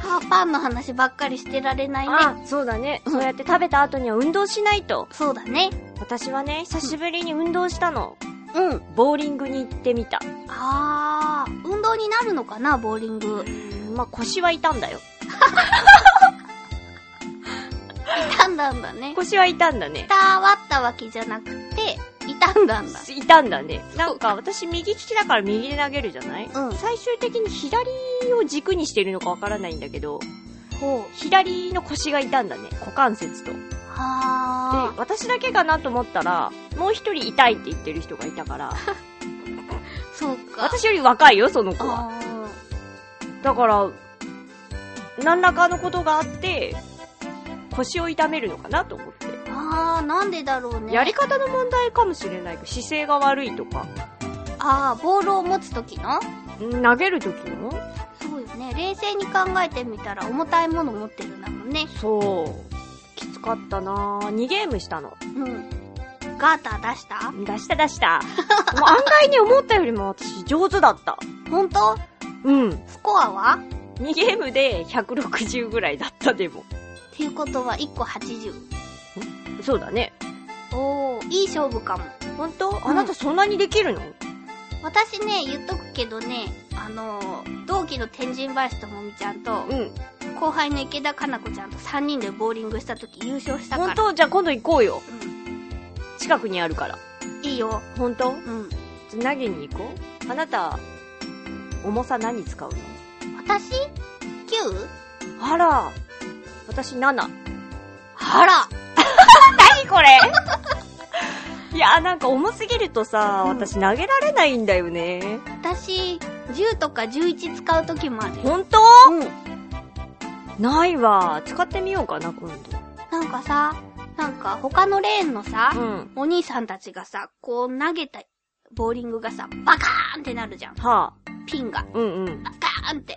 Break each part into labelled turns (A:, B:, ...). A: はぁ、パンの話ばっかりしてられないね。
B: あ、そうだね。そうやって食べた後には運動しないと。
A: そうだね。
B: 私はね、久しぶりに運動したの。
A: うん。
B: ボーリングに行ってみた。
A: あー、運動になるのかな、ボーリング。
B: まあ、腰は痛んだよ。
A: 痛んだんだね。
B: 腰は痛んだね。
A: たわったわけじゃなくて、傷んだんだ。
B: 痛んだね。なんか私右利きだから右で投げるじゃない
A: うん。
B: 最終的に左を軸にしてるのかわからないんだけど、
A: ほう。
B: 左の腰が痛んだね。股関節と。で、
A: はー。
B: 私だけかなと思ったら、もう一人痛いって言ってる人がいた から、
A: そうか。
B: 私より若いよ、その子は。
A: あ
B: だから、何らかのことがあって、腰を痛めるのかなと思って。
A: ー。あー、なんでだろうね。
B: やり方の問題かもしれないけど、姿勢が悪いとか、
A: あー、ボールを持つときの
B: ん投げるときの
A: そうよね。冷静に考えてみたら重たいもの持ってるんだもんね。
B: そう。きつかったなぁ。2ゲームしたの。
A: うん。ガーター出した
B: 出した出した。 もう案外に思ったよりも私上手だった。
A: ほんと
B: うん。
A: スコアは
B: 2ゲームで160ぐらいだったでも。
A: っていうことは1個80。
B: そうだね。
A: おー、いい勝負かも。
B: ほんと
A: ん
B: あなたそんなにできるの、
A: 私ね、言っとくけどね、あのー、同期の天神林智美ちゃんと、
B: うん、
A: 後輩の池田かな子ちゃんと3人でボーリングした時優勝した
B: ほ
A: か
B: ん
A: ら。
B: とじゃあ今度行こうよ。
A: うん。
B: 近くにあるから。
A: いいよ。
B: ほんと
A: うん。
B: 投げに行こう。あなた、重さ何使うの
A: 私 ?9?
B: あら、私7。
A: あら
B: 何これ いや、なんか重すぎるとさ、
A: うん
B: 私投げられないんだよね。
A: 私、10とか11使う時もあるよ。
B: ほんと
A: うん。
B: ないわ。使ってみようかな、今
A: なんかさ、なんか他のレーンのさ、
B: 度。うん。
A: お兄さんたちがさ、こう投げたボーリングがさ、バカーンってなるじゃん。
B: はあ。
A: ピンが。
B: うんうん。
A: バカーンって。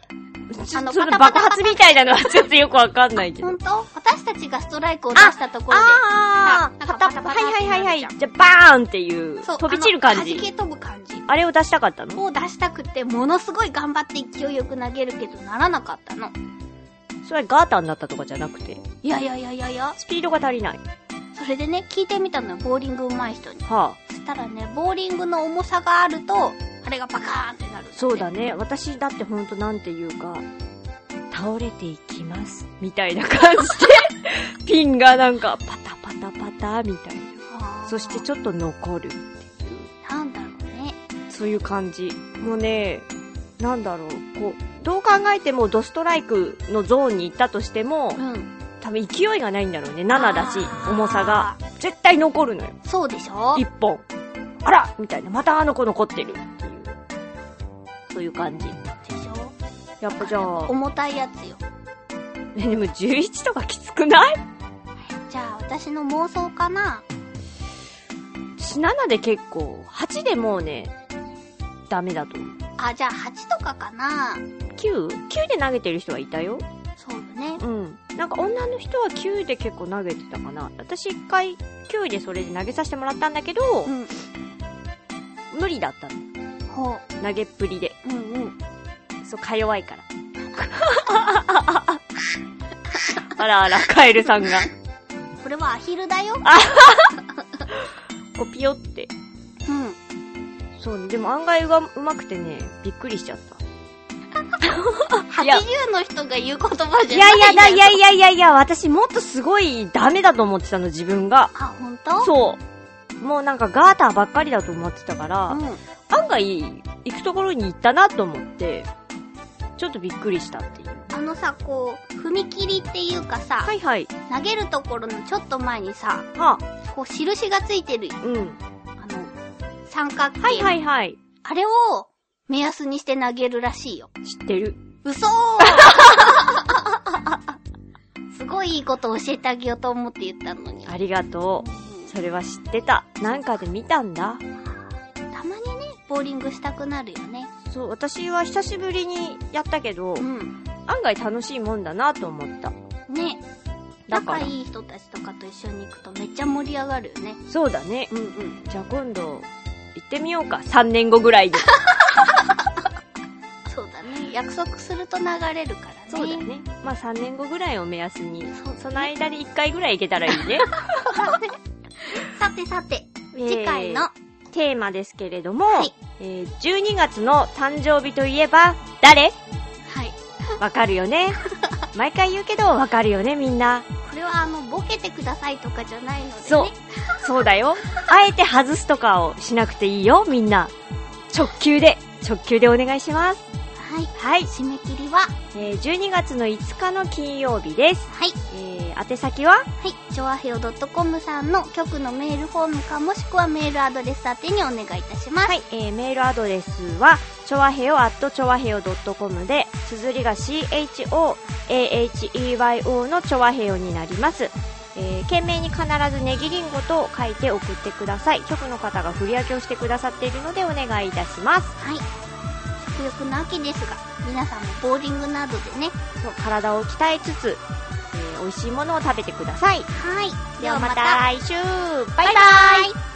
B: ちょ
A: あの
B: その
A: パタパタ
B: 爆発みたいなのはちょっとよくわかんないけど
A: ほ。んと私たちがストライクを出したところで、
B: あ
A: さな
B: あ
A: んか
B: パタ
A: パタパ
B: は
A: タ
B: い
A: って
B: はい
A: な
B: は
A: る
B: いはい。
A: じゃん
B: じゃあ、バーンっていう、飛び散る感
A: あの弾
B: じ。
A: け飛ぶ感じ。
B: あれを出したかったの
A: を出したくて、ものすごい頑張って勢いよく投げるけど、ならなかったの。
B: それはガーターになったとかじゃなくて、
A: いやいやいやいやいや。
B: スピードが足りない。
A: それでね、聞いてみたのよ、ボーリング上手い人に。
B: は
A: そ
B: あ。
A: したらね、ボーリングの重さがあると、あれがバカーンってなる。
B: そうだね。私だってほんとなんていうか、倒れていきます。みたいな感 じで、ピンがなんか、パタパタパタみたい
A: あ
B: な。
A: ー
B: そしてちょっと残る。
A: なんだろうね。
B: そういう感じ。もうね、なんだろう。こう、どう考えてもドストライクのゾーンに行ったとしても
A: う、ん。
B: 多分勢いがないんだろうね。7だし
A: あ、ー
B: 重さが。。絶対残るのよ。
A: そうでしょ
B: 1本。あらみたいな。またあの子残ってる。っていう。そういう感じ。
A: でしょ
B: やっぱじゃあ、
A: 重たいやつよ。
B: えでも11とかきつくない
A: じゃあ、私の妄想かな
B: ?7 で結構、8でもうね、ダメだと思う。
A: あ、じゃあ8とかかな
B: 9?9 で投げてる人はいたよ。
A: そうよね。
B: うん。なんか女の人は9で結構投げてたかな。私一回9でそれで投げさせてもらったんだけど、
A: うん。
B: 無理だったの。
A: ほ
B: 投げっぷりで。
A: う。うんうん。
B: そう、か弱いから。 あらあら、カエルさんが。
A: これはアヒルだよ。
B: こうピヨって。
A: うん。
B: そうね。でも案外がうまくてね、びっくりしちゃ った。いや
A: 80の人が言う言葉じ
B: い
A: ゃな
B: や
A: い
B: いやだ、いやいやいやいや、私もっとすごいダメだと思ってたの、自分が。
A: あ、ほんと
B: そう。もうなんかガーターばっかりだと思ってたから、
A: うん。
B: 案外、行くところに行ったなと思って、ちょっとびっくりしたっていう。
A: あのさ、こう、踏切っていうかさ、
B: はいはい。
A: 投げるところのちょっと前にさ、
B: は
A: こう、印がついてる、
B: あ、う
A: あ
B: ん。
A: の、三角形。
B: はいはいはい。
A: あれを、目安にして投げるらしいよ。
B: 知ってる。
A: 嘘ー すごいいいこと教えてあげようと思って言ったのに。
B: ありがと
A: うん
B: う。それは知ってた。なんかで見たんだ。
A: たまにね、ボーリングしたくなるよね。
B: そう、私は久しぶりにやったけど、
A: うん。
B: 案外楽しいもんだなと思った。
A: ね。
B: だか
A: 仲
B: ら
A: いい人たちとかと一緒に行くとめっちゃ盛り上がるよね。
B: そうだね。
A: うんうん。
B: じゃあ今度、行ってみようか。3年後ぐらいで。
A: そうだね。約束すると流れるからね。
B: そうだね。まあ3年後ぐらいを目安に、
A: そう
B: その間で1回ぐらい行けたらいいね。
A: さてさて、次回の
B: テーマですけれども、
A: はい
B: えー12月の誕生日といえば、 誰
A: はい。
B: わかるよね。毎回言うけど、わかるよね、みんな。
A: これはあの、ボケてくださいとかじゃないのでね。
B: そう。そうだよ。あえて外すとかをしなくていいよ、みんな。直球で、直球でお願いします。
A: はい。
B: はい。
A: 締め切りは、
B: えー12月の5日の金曜日です。
A: はい。
B: えー、宛先は
A: はい。ちょわへよ .com さんの局のメールフォームか、もしくはメールアドレス宛てにお願いいたします。
B: はい、えー、メールアドレスは、ちょわへよ at ちょわへよ .com で、綴りが CHOAHEYO のちょわへよになります。えー、件名に必ずネギリンゴと書いて送ってください。局の方が振り分けをしてくださっているのでお願いいたします。
A: はい。食欲の秋ですが、皆さんもボーリングなどでね。
B: そう体を鍛えつつ、えー、美味しいものを食べてください。
A: はい。
B: ではまた来週バイバイ
A: バイバイ